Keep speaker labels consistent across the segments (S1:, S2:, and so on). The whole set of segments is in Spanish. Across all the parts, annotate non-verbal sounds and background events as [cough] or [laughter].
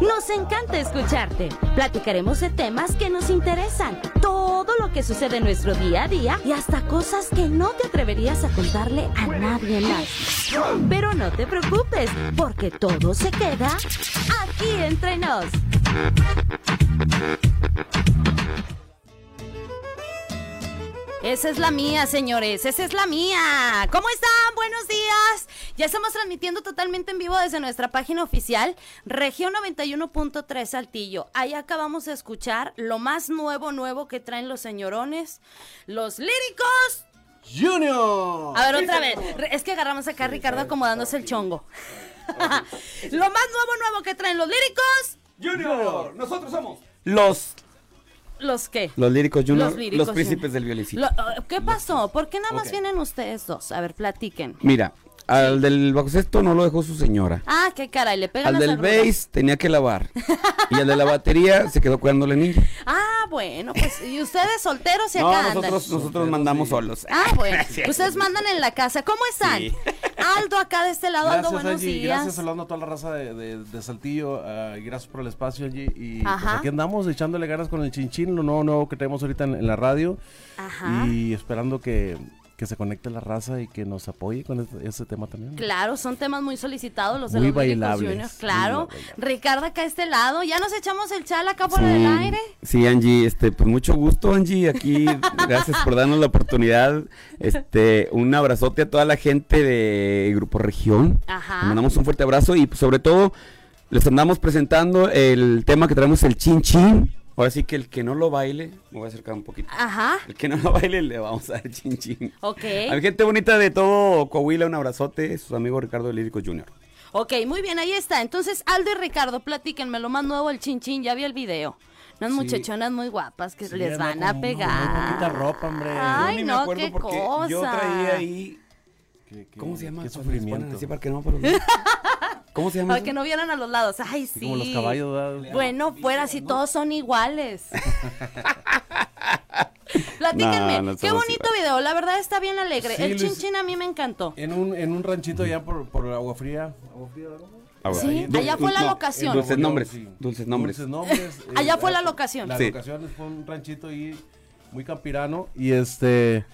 S1: Nos encanta escucharte. Platicaremos de temas que nos interesan, todo lo que sucede en nuestro día a día y hasta cosas que no te atreverías a contarle a nadie más. Pero no te preocupes, porque todo se queda aquí entre nos.
S2: Esa es la mía, señores. Esa es la mía. ¿Cómo están? Buenos días. Ya estamos transmitiendo totalmente en vivo desde nuestra página oficial, Región 91.3 Saltillo. Ahí acabamos de escuchar lo más nuevo, nuevo que traen los señorones, los líricos.
S3: Junior.
S2: A ver, otra vez. Re- Es que agarramos acá a Ricardo acomodándose el chongo. [laughs] lo más nuevo, nuevo que traen los líricos.
S3: Junior, nosotros somos los
S2: ¿Los qué?
S3: los líricos Junior,
S2: Los
S3: los,
S2: líricos,
S3: príncipes
S2: Junior.
S3: del violincito.
S2: Lo- oh, ¿Qué pasó? ¿Por qué nada más
S3: Ok.
S2: vienen ustedes dos? A ver, platiquen.
S3: Mira, al del baloncesto no lo dejó su señora.
S2: Ah, qué caray, le pegan
S3: al
S2: las
S3: del
S2: arrugas.
S3: bass tenía que lavar. y al de la batería se quedó cuidando
S2: [laughs]
S3: la niña.
S2: Ah, bueno, pues y ustedes solteros y
S3: No,
S2: acá andan.
S3: nosotros, nosotros mandamos solos.
S4: [laughs]
S2: Ah, bueno, ustedes mandan en la casa. ¿Cómo están?
S3: Sí.
S2: Aldo acá de este lado, Aldo,
S4: Gracias,
S2: buenos
S4: Angie.
S2: días.
S4: Gracias, saludando a toda la raza de, de- de Saltillo. ah, y gracias por el espacio, Angie. Y pues,
S2: Ajá.
S4: aquí andamos echándole ganas con el chinchín, lo nuevo, nuevo que tenemos ahorita en, en la radio.
S2: Ajá.
S4: Y esperando que, que se conecte la raza y que nos apoye con este, este tema también.
S2: Claro, son temas muy solicitados los de
S4: Muy
S2: los Líricos
S4: bailables,
S2: Junior,
S4: muy
S2: Claro.
S4: bailables.
S2: Ricardo acá a este lado. Ya nos echamos el chal acá por
S3: Sí,
S2: el aire.
S3: sí, Angie, este, pues mucho gusto, Angie, aquí, gracias por darnos la oportunidad, este, un abrazote a toda la gente de Grupo Región,
S2: Ajá.
S3: Les mandamos un fuerte abrazo y pues, sobre todo les andamos presentando el tema que traemos, el chin chin, ahora sí que el que no lo baile, me voy a acercar un poquito,
S2: Ajá.
S3: el que no lo baile le vamos a dar chin chin.
S2: Ok.
S3: A la gente bonita de todo Coahuila, un abrazote, sus amigos Ricardo Lírico Jr.
S2: Ok, muy bien, ahí está. Entonces, Aldo y Ricardo, platíquenme lo más nuevo, el chinchín. Ya vi el video. Unas
S3: Sí.
S2: muchachonas muy guapas que
S4: Sí,
S2: les
S4: anda
S2: van a
S4: con- con muy
S2: pegar.
S4: poquita ropa, hombre.
S2: Ay,
S3: Yo ni me
S2: no,
S3: acuerdo
S2: qué
S3: porque
S2: cosa.
S3: Yo traía ahí
S4: Qué- qué-
S3: ¿Cómo se llama?
S4: Qué
S3: cuando les ponen
S4: sufrimiento.
S3: así para que no, pero- [laughs] ¿Cómo se llama?
S2: Para Ah,
S3: eso?
S2: que no vieran a los lados. Ay, sí.
S4: Así Como los caballos. ¿verdad?
S2: Bueno, fuera si todos son iguales. Platíquenme,
S3: No, no
S2: qué
S3: somos
S2: bonito
S3: iguales.
S2: video, la verdad está bien alegre.
S4: Sí,
S2: el
S4: Luis.
S2: chinchín a mí me encantó.
S4: En un, en un ranchito allá por, por Agua Fría. Agua Fría, ¿verdad?
S3: Ah, bueno.
S2: Sí,
S3: Dul-
S2: allá fue la
S3: no,
S2: locación.
S3: Dulces
S4: Nuevo León,
S3: nombres,
S4: sí.
S3: dulces nombres.
S2: [laughs]
S4: Dulces nombres, eh,
S2: Allá fue la
S4: eh,
S2: locación.
S4: La
S3: Sí.
S4: locación fue un ranchito ahí muy campirano y este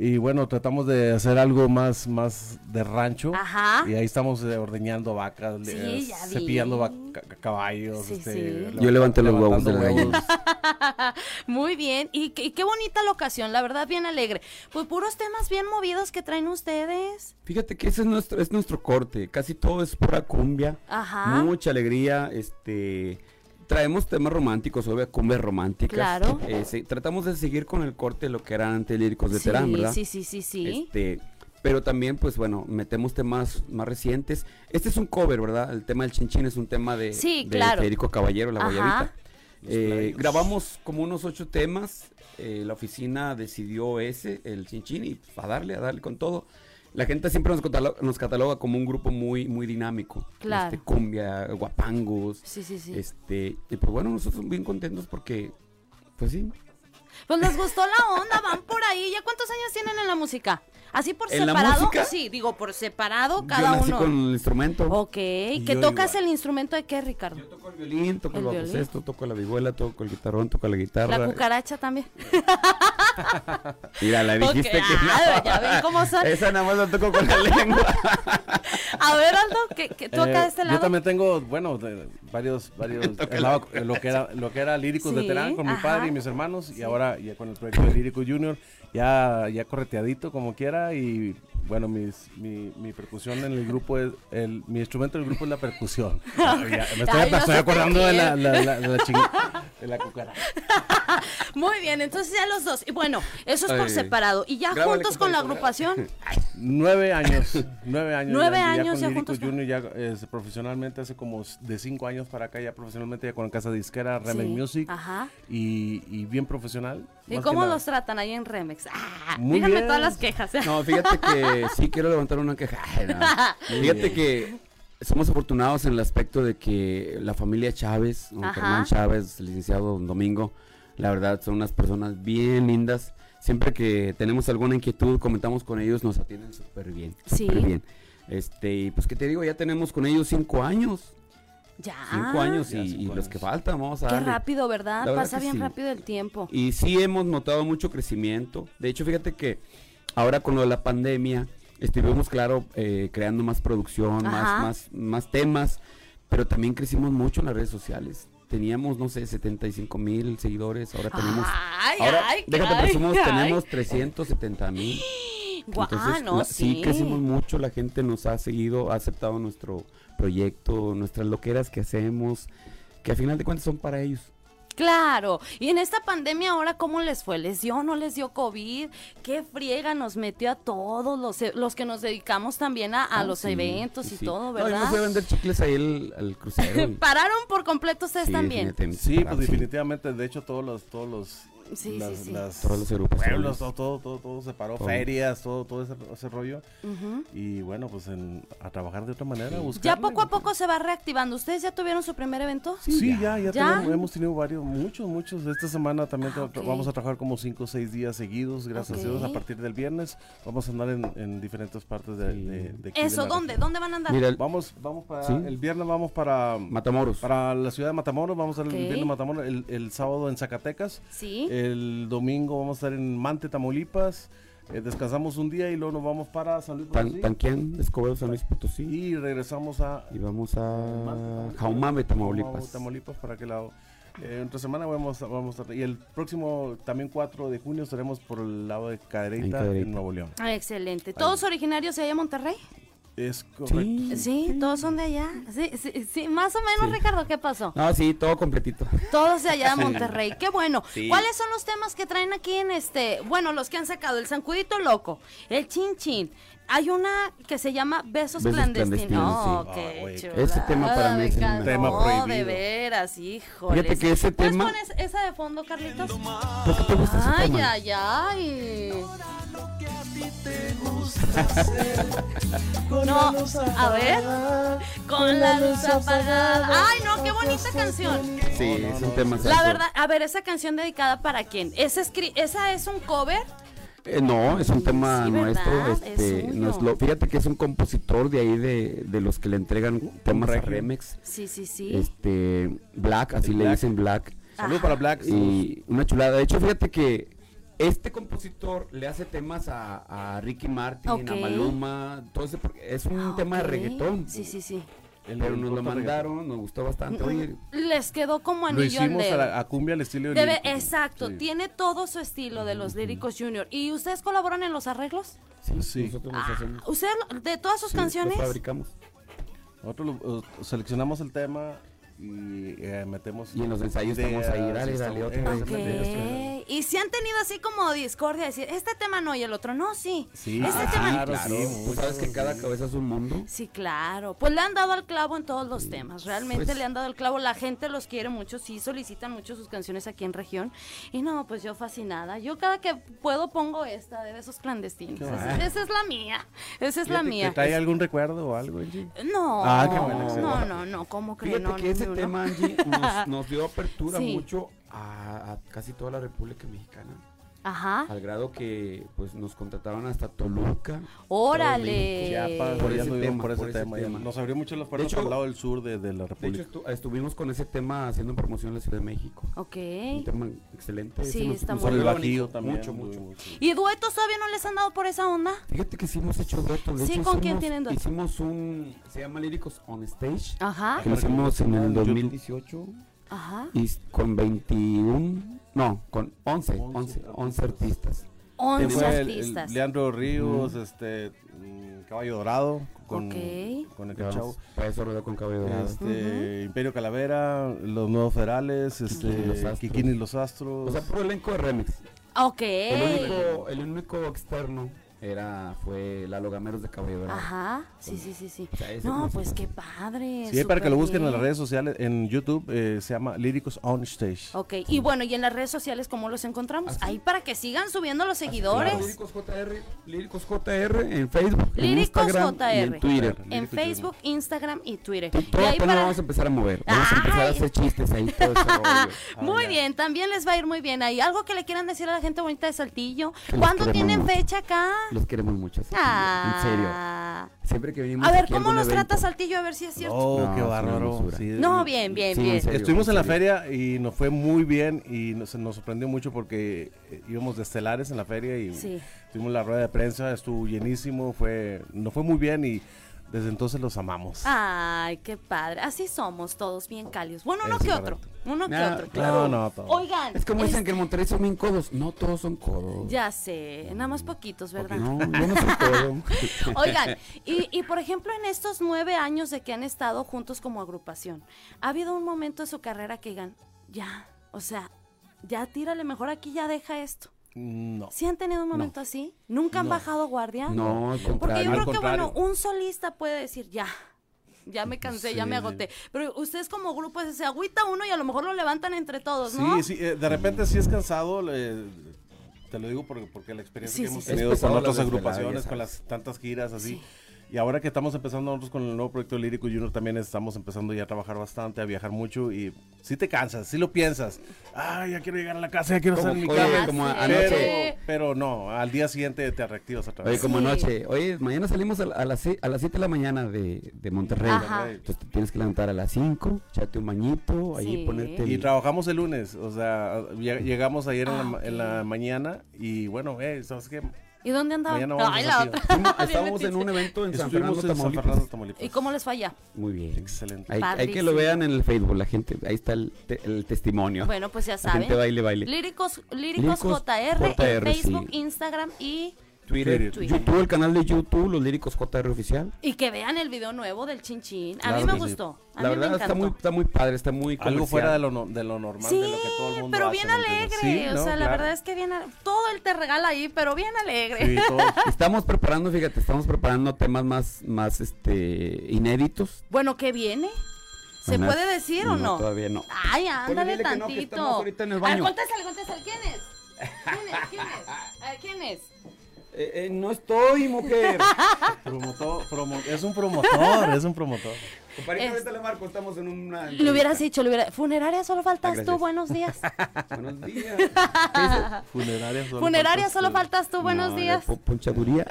S4: y bueno, tratamos de hacer algo más más de rancho.
S2: Ajá.
S4: Y ahí estamos eh, ordeñando vacas,
S2: Sí,
S4: eh,
S2: ya vi.
S4: cepillando va- ca- ca- caballos,
S2: Sí,
S4: este,
S2: sí.
S4: levanta-
S3: Yo levanté los huevos de la
S4: levantando
S3: gallina.
S4: huevos.
S2: Muy bien, y, qué- y qué bonita locación, la verdad bien alegre. Pues puros temas bien movidos que traen ustedes.
S3: Fíjate que ese es nuestro, es nuestro corte. Casi todo es pura cumbia.
S2: Ajá.
S3: Mucha alegría. Este. Traemos temas románticos, obvio, cumbias románticas.
S2: Claro.
S3: Eh, sí, tratamos de seguir con el corte de lo que eran antes líricos pues, de
S2: sí,
S3: Terán, ¿verdad?
S2: sí, sí, sí, sí.
S3: Este, pero también, pues bueno, metemos temas más recientes. Este es un cover, ¿verdad? El tema del chinchín es un tema de,
S2: Sí,
S3: de
S2: claro.
S3: Federico Caballero, la
S2: Ajá.
S3: guayabita.
S4: Los
S3: Eh,
S4: playos.
S3: grabamos como unos ocho temas. eh, la oficina decidió ese, el chinchín, y pues, a darle, a darle con todo. La gente siempre nos cataloga, nos cataloga como un grupo muy, muy dinámico.
S2: Claro.
S3: Este, cumbia, guapangos.
S2: Sí, sí, sí.
S3: Este, y pues bueno, nosotros bien contentos porque, pues sí,
S2: Pues les gustó la onda, van por ahí. ¿Ya cuántos años tienen en la música? Así por
S3: ¿En la
S2: separado,
S3: música?
S2: sí, digo por separado
S3: yo
S2: Oh, cada
S3: nací
S2: uno. Oh,
S3: con el instrumento.
S2: Ok, ¿que
S3: yo
S2: tocas
S3: igual.
S2: el instrumento de qué, Ricardo?
S3: Toco el violín, toco el,
S2: El
S3: baloncesto, toco la vihuela, toco el guitarrón, toco la guitarra.
S2: La cucaracha también.
S3: Mira, la dijiste
S2: Ok,
S3: que no.
S2: ah, ya ven cómo son.
S3: Esa nada más la toco con la
S2: [laughs]
S3: lengua.
S2: A ver, Aldo, que, que tú acá
S4: Eh,
S2: de este
S4: Yo
S2: lado.
S4: también tengo, bueno, de- varios, varios, el lado- lo que era, lo que era Líricos de
S2: Sí,
S4: Terán con
S2: ajá.
S4: mi padre y mis hermanos, y ahora ya con el proyecto de Lírico Junior, ya, ya correteadito como quiera, y bueno, mis, mi, mi percusión en el grupo es, el, mi instrumento del grupo es
S2: [laughs]
S4: la percusión. Ya, me estoy,
S2: Ay,
S4: me
S2: no
S4: estoy
S2: se te
S4: acordando de la, la, la, la ching-
S2: [laughs]
S4: de la cucaracha.
S2: Muy bien, entonces ya los dos. Y bueno, eso es por
S3: Ay.
S2: separado. Y ya
S3: Grábale,
S2: juntos con la
S3: compadre. [laughs]
S2: agrupación.
S4: Nueve años, nueve años.
S2: Nueve
S4: ya,
S2: años ya
S4: ya con Lírico
S2: juntos con-
S4: Junior, ya eh, profesionalmente, hace como de cinco años para acá, ya profesionalmente, ya con la casa disquera Remel
S2: Sí,
S4: Music.
S2: Ajá.
S4: y, y bien profesional.
S2: ¿Y
S4: más
S2: cómo
S4: que nada.
S2: los tratan ahí en Remex? Ah,
S4: Muy
S2: díganme
S4: bien.
S2: todas las quejas. ¿eh?
S3: No, fíjate que sí quiero levantar una queja.
S2: [laughs]
S3: Ay, no. Fíjate que somos afortunados en el aspecto de que la familia Chávez, don
S2: Ajá.
S3: Germán Chávez, el licenciado don Domingo, la verdad son unas personas bien lindas. Siempre que tenemos alguna inquietud, comentamos con ellos, nos atienden súper bien.
S2: Sí.
S3: súper bien. Este, y pues que te digo, ya tenemos con ellos cinco años.
S2: Ya.
S3: Cinco años
S4: Ya,
S3: y,
S4: cinco
S3: y los
S4: años.
S3: que faltan, vamos a
S2: Ah. Qué
S3: darle.
S2: rápido, ¿verdad?
S3: La verdad
S2: Pasa
S3: que
S2: bien
S3: sí.
S2: rápido el tiempo.
S3: Y sí hemos notado mucho crecimiento. De hecho, fíjate que ahora con lo de la pandemia estuvimos, claro, eh, creando más producción,
S2: Ajá.
S3: más, más, más temas, pero también crecimos mucho en las redes sociales. Teníamos, no sé, 75 mil seguidores, ahora tenemos...
S2: Ay,
S3: ahora,
S2: ay,
S3: déjate
S2: ay,
S3: presumo,
S2: ay.
S3: tenemos 370 mil.
S2: Guau,
S3: Entonces,
S2: no,
S3: la-
S2: sí.
S3: crecimos mucho, la gente nos ha seguido, ha aceptado nuestro proyecto, nuestras loqueras que hacemos, que a final de cuentas son para ellos.
S2: Claro. Y en esta pandemia ahora, ¿cómo les fue? ¿Les dio? ¿No les dio COVID? ¿Qué friega nos metió a todos los, e-, los que nos dedicamos también a, a
S3: Ah,
S2: los
S3: sí,
S2: eventos
S3: sí,
S2: y
S3: sí.
S2: todo,
S3: No, yo
S2: verdad?
S3: me fui a vender chicles ahí al, al
S2: [laughs]
S3: crucero. y-
S2: Pararon por completo ustedes
S3: sí,
S2: también.
S3: definitivamente,
S4: Sí,
S3: claro,
S4: pues definitivamente, de hecho todos los, todos los,
S2: Sí, sí,
S4: las-
S2: sí.
S4: las-
S3: Todos los grupos.
S4: pueblos, todo, todo, todo, todo se paró,
S3: Todo.
S4: ferias, todo, todo ese, ese rollo.
S2: Ujú.
S4: Y bueno, pues en- a trabajar de otra manera, buscar.
S2: Ya poco a poco se va reactivando. ¿Ustedes ya tuvieron su primer evento?
S4: Sí, ya, ya,
S2: ¿Ya?
S4: tenemos- hemos tenido varios, muchos, muchos. Esta semana también
S2: Ah,
S4: tra-
S2: ok.
S4: vamos a trabajar como 5 o 6 días seguidos, gracias a Dios.
S2: Ok.
S4: A partir del viernes vamos a andar en, en diferentes partes de,
S3: Sí.
S4: de- de aquí de
S2: Eso,
S4: la
S2: ¿dónde?
S4: región.
S2: ¿Dónde van a andar?
S3: Mira, el-
S4: Vamos, vamos para,
S3: Sí.
S4: el viernes vamos para,
S3: Matamoros.
S4: para la ciudad de Matamoros, vamos a estar
S2: Ok.
S4: el viernes en Matamoros, el, el sábado en Zacatecas,
S2: Sí.
S3: eh,
S4: el domingo vamos a estar en Mante, Tamaulipas, eh, descansamos un día y luego nos vamos para San Luis
S3: Tan-
S4: Potosí
S3: Tanquián, Escobedo, San Luis Potosí.
S4: y regresamos a
S3: Y vamos a
S4: Mante,
S3: Jaumame, Tamaulipas.
S4: Tamaulipas, ¿para qué lado? Eh, entre semana vamos a, vamos a- Y el próximo, también 4 de junio, estaremos por el lado de
S3: En
S4: Cadereyta, en,
S3: Cadereyta.
S4: Nuevo León.
S2: Ah, Excelente. ¿Todos originarios de allá de Monterrey?
S4: Es correcto.
S3: Sí.
S2: Sí, todos son de allá. Sí, sí, sí. más o menos,
S3: Sí.
S2: Ricardo, ¿qué pasó?
S3: No, sí, todo completito. [laughs]
S2: Todos de allá de Monterrey. Qué bueno.
S3: Sí.
S2: ¿Cuáles son los temas que traen aquí en este? Bueno, los que han sacado, el zancudito loco, el chin chin. Hay una que se llama Besos,
S3: Besos
S2: clandestinos. No,
S3: clandestinos,
S4: sí.
S2: qué
S4: Ay, güey, qué-
S2: chulada,
S3: Ese tema para mí
S2: me
S3: es un
S2: encantó.
S4: tema
S2: No, de
S4: prohibido.
S2: veras, híjole.
S3: Fíjate que ese tema-
S2: pones esa de fondo, Carlitos?
S3: ¿Por qué te gusta ese
S2: Ay,
S3: tema?
S2: ay, ay. No, a ver. Con la luz apagada. Ay, no, qué bonita canción.
S3: Sí, es un tema.
S2: La
S3: santo.
S2: verdad, a ver, esa canción dedicada para quién? ¿Esa, escri- esa es un cover?
S3: Eh, no, es un tema
S2: Sí,
S3: nuestro.
S2: ¿verdad? Es
S3: Este,
S2: suyo.
S3: nos lo, fíjate que es un compositor de ahí de, de los que le entregan temas a
S4: regio.
S3: Remex.
S2: Sí, sí, sí.
S3: Este, Black, así le
S4: Black.
S3: dicen Black.
S4: Saludos para Black.
S3: Y una chulada. De hecho, fíjate que este compositor le hace temas a, a Ricky Martin,
S2: Ok.
S3: a Maluma. Todo ese, porque es un
S2: Ah,
S3: tema
S2: ok.
S3: de reggaetón.
S2: Sí, sí, sí.
S4: El-
S3: Pero
S4: el
S3: nos lo
S4: corto reggaetón.
S3: mandaron, nos gustó bastante. Oye,
S2: Les quedó como
S4: Lo
S2: anillo al
S4: hicimos a,
S2: dedo.
S4: la- a cumbia al estilo
S2: Debe-
S4: lírico.
S2: exacto,
S4: Sí.
S2: tiene todo su estilo de los líricos junior. ¿Y ustedes colaboran en los arreglos?
S3: sí,
S4: Sí.
S3: nosotros nos hacemos.
S2: ¿Ustedes lo- de todas sus
S3: sí,
S2: Ah, canciones?
S3: Lo fabricamos.
S4: Nosotros lo- eh, seleccionamos el tema y eh, metemos.
S3: Y en los ensayos estamos ahí, dale,
S4: estamos-
S3: dale, otra
S4: eh,
S3: vez,
S2: Ok. Y si han tenido así como discordia, decir, este tema no y el otro no, sí.
S4: Sí,
S2: este
S4: ah,
S2: tema
S4: claro, sí,
S3: Tú
S4: mucho,
S3: sabes que cada cabeza es un mundo.
S2: Sí, claro. Pues le han dado al clavo en todos los temas. Realmente
S3: pues-
S2: le han dado al clavo. La gente los quiere mucho. Sí, solicitan mucho sus canciones aquí en región. Y no, pues yo fascinada. Yo cada que puedo pongo esta de esos clandestinos.
S4: Qué
S2: Esa,
S4: bueno.
S2: esa es la mía. Esa es la
S4: Fíjate que
S2: mía.
S4: trae algún recuerdo o algo, Angie?
S2: No,
S4: Ah, qué bueno,
S2: no,
S4: excelente.
S2: no, no, ¿cómo que
S3: Fíjate
S2: no?
S3: que
S2: no,
S3: ese
S2: no, no? [laughs]
S3: tema, Angie, nos, nos dio apertura
S2: Sí.
S3: mucho a- a casi toda la República Mexicana.
S2: Ajá.
S3: Al grado que pues nos contrataron hasta Toluca.
S2: Órale.
S4: Chiapas,
S3: Por
S4: ya
S3: ese
S4: anduvieron
S3: tema,
S4: por ese
S3: por ese
S4: tema. ya
S3: tema.
S4: Nos abrió mucho las puertas
S3: hecho-
S4: por el lado del sur de, de la
S3: De hecho,
S4: República.
S3: estu- estuvimos con ese tema haciendo promoción en la Ciudad de México.
S2: Ok.
S3: Un tema excelente. ese
S2: Sí,
S3: nos-
S2: está
S3: nos
S2: muy
S4: Por el
S3: abrió
S2: bueno.
S4: Bajío
S3: abanico,
S4: también.
S3: Mucho, mucho.
S4: anduvimos.
S2: ¿Y duetos todavía no les han dado por esa onda?
S3: Fíjate que sí hemos hecho duetos. de
S2: Sí,
S3: hecho,
S2: ¿con
S3: hicimos-
S2: quién tienen Ah. dueto?
S3: Hicimos un, se llama Líricos on Stage.
S2: Ajá,
S3: Que lo hicimos en el
S4: YouTube.
S3: 2018
S2: ajá.
S3: y s- con 21, no, con 11,
S4: Once
S3: 11, 11 artistas.
S4: Que
S2: 11
S4: fue el- el
S2: artistas.
S4: Leandro Ríos, este mm, Caballo Dorado, con,
S2: Ok.
S4: con el que chavo,
S3: Grabamos Payaso Rodeo con cabello dorado.
S4: este, Imperio Calavera, Los Nuevos Federales,
S3: Kikín y los
S4: este,
S3: Astros.
S4: Kikín y los Astros.
S3: O sea, puro elenco de remix.
S2: Ok.
S3: El único, el único externo era, fue Lalo Gameros de Cabello Dorado.
S2: Ajá, sí, sí, sí, sí.
S3: sea, ese
S2: No,
S3: es
S2: pues qué
S3: nuestro-
S2: padre.
S4: Sí, para que
S2: súper
S4: lo busquen en
S2: bien.
S4: las redes sociales, en YouTube, eh, se llama Líricos on Stage.
S2: Ok, y bueno, y en las redes sociales, ¿cómo los encontramos?
S3: ¿Ah,
S2: Ahí para que sigan subiendo los seguidores.
S3: Líricos JR, Líricos JR en Facebook, en
S2: Líricos
S3: Instagram y
S2: JR.
S3: en Twitter.
S2: En Facebook, Instagram y Twitter. Y
S3: TikTok
S2: ahí
S3: apenas
S2: para-
S3: vamos a Ah, empezar a mover. Vamos a empezar a
S2: Ay.
S3: hacer chistes ahí
S2: [laughs]
S3: todo ese rollo.
S2: Muy bien, también les va a ir muy bien ahí. ¿Algo que le quieran decir a la gente bonita de Saltillo?
S3: Que los
S2: ¿Cuándo
S3: queremos
S2: tienen
S3: mucho.
S2: fecha acá?
S3: Los queremos mucho. Saltillo, En serio.
S2: Ah.
S3: Siempre que venimos
S2: A ver,
S3: aquí a
S2: ¿cómo
S3: algún
S2: nos
S3: evento-
S2: trata Saltillo? A ver si es cierto.
S4: Oh,
S3: No,
S4: qué
S3: es una
S4: bárbaro.
S3: hermosura.
S4: sí.
S2: No, bien, bien,
S3: Sí, en
S2: bien.
S3: serio.
S4: Estuvimos en la
S3: serio.
S4: feria y nos fue muy bien y nos, nos sorprendió mucho porque eh, íbamos de estelares en la feria y
S2: Sí.
S4: tuvimos la rueda de prensa, estuvo llenísimo, fue, nos fue muy bien y desde entonces los amamos.
S2: Ah. Ay, qué padre. Así somos todos bien cálidos. Bueno, uno
S4: Eso
S2: que
S4: es
S2: otro.
S4: correcto.
S2: Uno que
S3: Ah,
S2: otro.
S4: claro, no, todo.
S2: Oigan.
S3: Es como
S2: es-
S3: dicen que en Monterrey son bien codos. No todos son codos.
S2: Este. Ya sé, nada más poquitos, ¿verdad?
S3: No, yo no soy codo.
S2: [laughs] Oigan, y, y por ejemplo, en estos nueve años de que han estado juntos como agrupación, ¿ha habido un momento de su carrera que digan, ya, o sea, ya tírale mejor aquí, ya deja esto?
S4: No.
S2: ¿Sí han tenido un momento así? ¿Nunca han bajado guardia?
S3: No, al
S2: Porque
S3: contrario.
S2: yo
S4: Al
S2: creo
S4: contrario.
S2: que, bueno, un solista puede decir, ya, ya me cansé, ya
S4: Sí,
S2: me
S4: sí.
S2: agoté. Pero ustedes como grupo se agüita uno y a lo mejor lo levantan entre todos,
S4: Sí,
S2: ¿no?
S4: sí, eh, de repente sí es cansado, le- te lo digo porque, porque la experiencia
S2: Sí,
S4: que
S2: sí,
S4: hemos
S2: sí.
S4: tenido
S3: Es
S4: con
S3: pesado la
S4: otras
S3: desvelada,
S4: agrupaciones,
S3: ya
S4: con las tantas giras así. Y ahora que estamos empezando nosotros con el nuevo proyecto lírico Junior, también estamos empezando ya a trabajar bastante, a viajar mucho y sí te cansas, sí lo piensas. Ah, ya quiero llegar a la casa, ya quiero
S3: Como-
S4: estar en mi
S3: oye,
S4: cama.
S3: como
S2: Ah, sí.
S4: Pero,
S3: anoche.
S4: pero no, al día siguiente te reactivas otra
S3: Oye,
S4: vez.
S3: como
S2: Sí.
S3: anoche. Oye, mañana salimos a, la- a las, se- a las 7 de la mañana de, de Monterrey.
S2: Ajá.
S3: Entonces te tienes que levantar a las 5, echarte un bañito, ahí
S2: Sí.
S3: ponerte.
S4: Y
S3: el-
S4: trabajamos el lunes, o sea, lleg- llegamos ayer en, la, ma- en
S2: Ah,
S4: la mañana y bueno, eh, ¿sabes qué?
S2: ¿Y dónde andaban?
S4: Mañana vamos
S2: Ay,
S4: a
S2: la
S4: Saltillo.
S2: otra. [laughs]
S3: Fuimos-
S2: Bien
S3: estábamos en
S2: metiste.
S3: un evento en San Fernando,
S4: Estuvimos en San
S3: Tamaulipas.
S4: Fernando, Tamaulipas.
S2: ¿Y cómo les fue allá?
S3: Muy bien.
S4: Excelente.
S3: Hay, hay que
S2: Padrísimo.
S3: lo vean en el Facebook, la gente. Ahí está el, te- el testimonio.
S2: Bueno, pues ya
S3: la
S2: saben.
S3: gente baile, baile.
S2: Líricos, líricos,
S3: Líricos
S2: JR, en
S3: JR,
S2: Facebook,
S3: sí.
S2: Instagram y,
S3: Twitter,
S2: Twitter.
S3: YouTube, el canal de YouTube, los líricos JR oficial.
S2: y que vean el video nuevo del Chin Chin. A
S4: Claro
S2: mí me
S4: que sí.
S2: gustó. A
S3: La
S2: mí
S3: verdad
S2: me
S3: está
S2: encantó.
S3: muy, está muy padre, está muy
S4: Algo
S3: comercial.
S4: fuera de lo, no- de lo normal,
S2: Sí,
S4: de lo que todo el mundo
S2: pero
S4: hace,
S2: bien
S4: ¿me entiendes?
S2: alegre.
S4: Sí,
S2: o
S4: no,
S2: sea, la
S4: claro.
S2: verdad es que bien. a- Todo él te regala ahí, pero bien alegre.
S4: Sí, todo-
S2: [laughs]
S3: Estamos preparando, fíjate, estamos preparando temas más, más este, inéditos.
S2: Bueno, ¿qué viene? ¿Se
S3: Ana,
S2: puede decir o no?
S3: Todavía no. Pues
S2: Ay, ándale
S3: dile que no, que
S2: tantito.
S3: estamos ahorita en el
S2: A ver,
S3: baño.
S2: contéstale, contéstale. ¿Quién es? ¿Quién es? ¿Quién es? A ver, ¿quién es?
S3: Eh, eh, no estoy, mujer.
S4: promotor, promo- es un promotor, es un promotor.
S3: Compadre,
S2: Es-
S3: ahorita le marco, estamos en una...
S2: Le hubieras dicho, le hubiera... Funeraria, solo
S3: Ah,
S2: faltas
S3: gracias.
S2: tú, buenos
S3: [laughs]
S2: días.
S3: Buenos días.
S4: Funeraria solo
S2: Funeraria,
S4: faltas
S2: solo
S4: tú.
S2: faltas tú, buenos
S3: No, de
S2: días.
S3: po- Ponchaduría.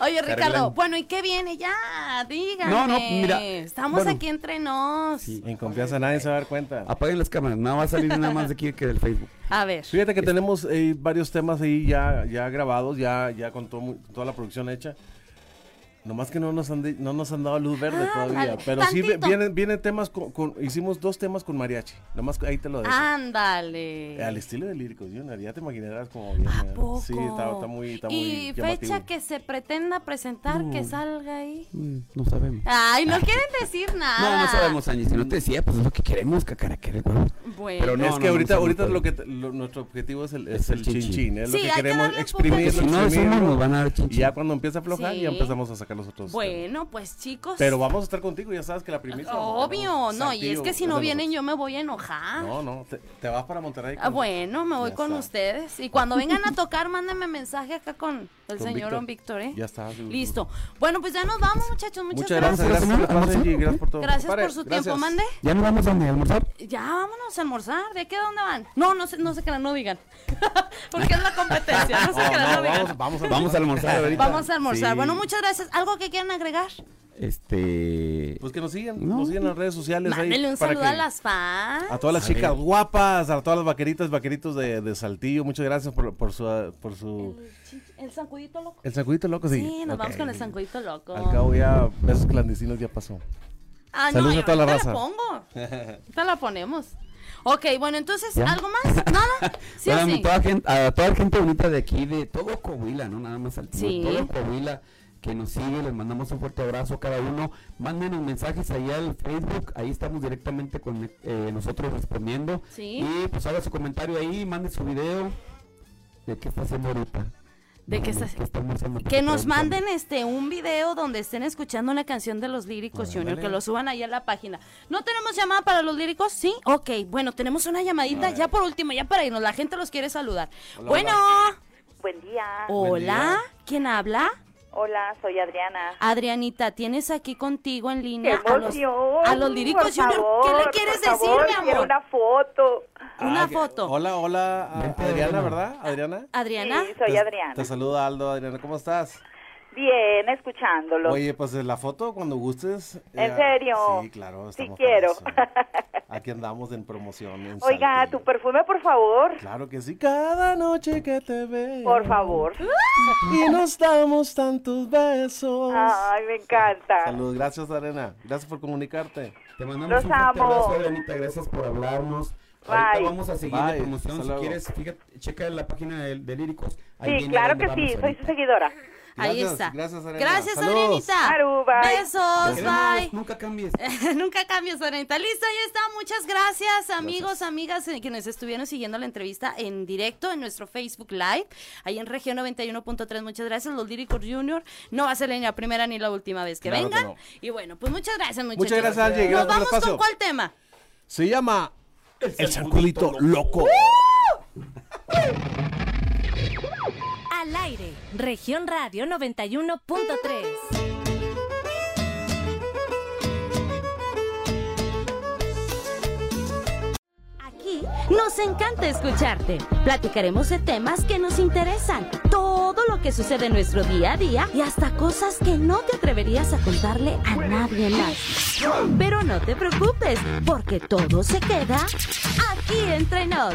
S2: Oye, Ricardo,
S3: arreglan.
S2: bueno, ¿y qué viene? Ya, díganme.
S3: No, no, mira,
S2: Estamos
S3: bueno.
S2: aquí entre nos.
S3: Sí.
S4: En confianza nadie se va a dar cuenta.
S2: Ah.
S3: Apaguen las cámaras, no va a salir nada más de aquí que del Facebook.
S2: A ver.
S4: Fíjate que tenemos eh, varios temas ahí ya, ya grabados, ya, ya con todo mu- toda la producción hecha. Nomás que no nos han, di- no nos han dado luz verde
S2: Ah,
S4: todavía.
S2: vale.
S4: Pero sí vi-
S2: Tantito.
S4: vienen, vienen temas con, con- Hicimos dos temas con mariachi. Nomás que ahí te lo dejo.
S2: Ándale.
S4: Al estilo de Líricos Junior, ya te imaginarás como viene.
S2: Eh, ¿A poco?
S4: Sí, está, está muy, está muy
S2: Y fecha
S4: llamativo.
S2: que se pretenda presentar, que salga ahí.
S3: Mm, No sabemos.
S2: Ay, no quieren decir nada.
S3: No, no sabemos, Angie. Si no te decía, pues es lo que queremos, cacara, que huevo.
S2: Bueno.
S3: Pero no,
S4: es
S3: no,
S4: que
S3: no,
S4: ahorita,
S3: no
S4: ahorita
S3: sabemos.
S4: lo que te- lo- nuestro objetivo es el, es
S3: Es el
S4: el chin
S3: chin
S4: chin, es lo
S2: Sí, hay
S4: que
S2: que
S4: queremos
S2: darle un poco.
S4: exprimirlo,
S3: Porque si no decimos,
S4: exprimirlo,
S3: nos van a dar chin
S4: Y
S3: chin.
S4: ya cuando empieza a aflojar,
S2: Sí.
S4: ya empezamos a sacar los otros. temas.
S2: Bueno, pues chicos.
S4: Pero vamos a estar contigo, ya sabes que la primicia.
S2: Obvio, no, y es que si no vienen
S4: yo
S2: yo me voy a enojar.
S4: No, no, te, te vas para Monterrey.
S2: Ah, bueno, me voy
S4: Ya
S2: con
S4: está.
S2: ustedes. Y cuando vengan a tocar, mándenme mensaje acá con el
S4: Con
S2: señor
S4: Víctor.
S2: Don Víctor, ¿eh?
S4: Ya está. sí, sí.
S2: Listo. Bueno, pues ya nos vamos, muchachos. Muchas,
S4: Muchas
S2: gracias.
S4: gracias,
S3: gracias.
S4: gracias, gracias, Angie, gracias por todo.
S2: Gracias
S4: Pare,
S2: por su tiempo.
S4: gracias.
S2: Mande.
S3: ¿Ya nos vamos a dónde? ¿A almorzar?
S2: Ya vámonos a almorzar. ¿De qué dónde van? No, no se, no se crean, no digan. [laughs] Porque es la competencia. No se
S3: [laughs]
S4: No,
S2: crean, no,
S4: no,
S2: digan.
S4: vamos, vamos a
S3: Oh, Vamos a almorzar ahorita.
S2: Vamos a almorzar.
S3: Sí.
S2: Bueno, muchas gracias. ¿Algo que quieran agregar?
S3: Este.
S4: Pues que nos sigan,
S3: No.
S4: nos sigan en las redes sociales. ahí
S2: Mándenle un
S4: para
S2: saludo
S4: que-
S2: a las fans.
S4: A todas las chicas guapas, a todas las vaqueritas, vaqueritos de, de Saltillo, muchas gracias por, por su... Por su
S2: El, chin- el zancudito loco.
S4: el sacudito loco, sí.
S2: Sí, nos vamos
S4: Ok.
S2: con el zancudito loco.
S4: Al cabo ya, besos clandestinos ya pasó.
S2: Ah,
S4: Saludos
S2: no,
S4: a toda la
S2: ahorita
S4: raza. [laughs]
S2: pongo. Te la ponemos. Ok, bueno, entonces,
S3: ¿Ya?
S2: ¿algo más?
S3: [laughs]
S4: [laughs]
S2: ¿Nada? Sí, o
S3: Bueno,
S2: sí.
S3: toda gente- a toda la gente bonita de aquí, de todo Coahuila, no nada más al
S2: Sí.
S3: todo Coahuila que nos sigue, les mandamos un fuerte abrazo a cada uno. Mándenos mensajes allá al Facebook, ahí estamos directamente con eh, nosotros respondiendo.
S2: Sí.
S3: Y pues haga su comentario ahí, mande su video de qué está haciendo ahorita.
S2: ¿De qué está-
S3: estamos haciendo?
S2: Que nos manden este un video donde estén escuchando una canción de los líricos, Junior, que lo suban ahí a la página. ¿No tenemos llamada para los líricos? Sí, ok. Bueno, tenemos una llamadita ya por último, ya para irnos. La gente los quiere saludar. bueno,
S5: Buen día.
S2: hola, ¿quién habla?
S5: Hola, soy Adriana.
S2: Adrianita, tienes aquí contigo en
S5: ¡Qué
S2: línea a los,
S5: emoción!
S2: a los líricos
S5: Por
S2: Junior. ¿Qué
S5: favor,
S2: le quieres
S5: por
S2: decir,
S5: favor,
S2: mi
S5: Quiero
S2: amor?
S5: una foto.
S2: Una
S4: Ah, que-
S2: foto.
S4: Hola, hola, a- Adriana, ¿verdad? Adriana.
S2: Adriana.
S5: Sí, soy
S4: Te-
S5: Adriana.
S4: Te saluda Aldo, Adriana, ¿cómo estás?
S5: Bien, escuchándolo.
S4: Oye, pues eh, la foto cuando gustes. eh,
S5: ¿En serio?
S4: Sí, claro.
S5: Sí
S4: estamos
S5: quiero. [laughs]
S4: para eso. Aquí andamos en promoción. en
S5: Oiga,
S4: Saltillo.
S5: tu perfume, por favor.
S4: Claro que sí, cada noche que te veo.
S5: Por favor.
S4: Y nos damos tantos besos.
S5: Ay, me encanta.
S4: Saludos, gracias, Adriana. Gracias por comunicarte.
S3: Te mandamos
S5: Los
S3: un fuerte
S5: amo.
S3: abrazo, Adrianita. Gracias por hablarnos.
S5: Bye.
S3: Ahorita vamos a seguir
S4: Bye,
S3: la promoción.
S4: hasta
S3: Si
S4: luego.
S3: quieres, fíjate, checa la página de, de Líricos. Ahí
S5: Sí,
S3: viene
S5: claro
S3: dónde
S5: que
S3: vamos
S5: sí, soy
S3: ahorita.
S5: su seguidora.
S2: Ahí
S4: Gracias,
S2: está.
S4: gracias, Adriana.
S2: Gracias,
S4: Saludos.
S2: Adrianita.
S5: Maru, bye.
S3: Te
S2: Besos,
S3: queremos,
S2: bye. [laughs]
S3: Nunca cambies.
S2: Nunca cambies, Adrianita. Listo, ahí está. Muchas gracias, amigos, amigas eh, que nos estuvieron siguiendo la entrevista en directo en nuestro Facebook Live, ahí en Región 91.3. Muchas gracias, los Líricos Junior. No va a ser ni la primera ni la última vez que
S4: Claro que
S2: vengan.
S4: no.
S2: Y bueno, pues muchas gracias, muchachos.
S4: Muchas gracias, Angie.
S2: Nos
S4: Gracias por el
S2: vamos con
S4: espacio.
S2: cuál tema.
S4: Se llama El Sacudito Loco.
S6: Al aire, región radio 91.3.
S1: Aquí nos encanta escucharte. Platicaremos de temas que nos interesan, todo lo que sucede en nuestro día a día y hasta cosas que no te atreverías a contarle a nadie más. Pero no te preocupes, porque todo se queda aquí entre nos.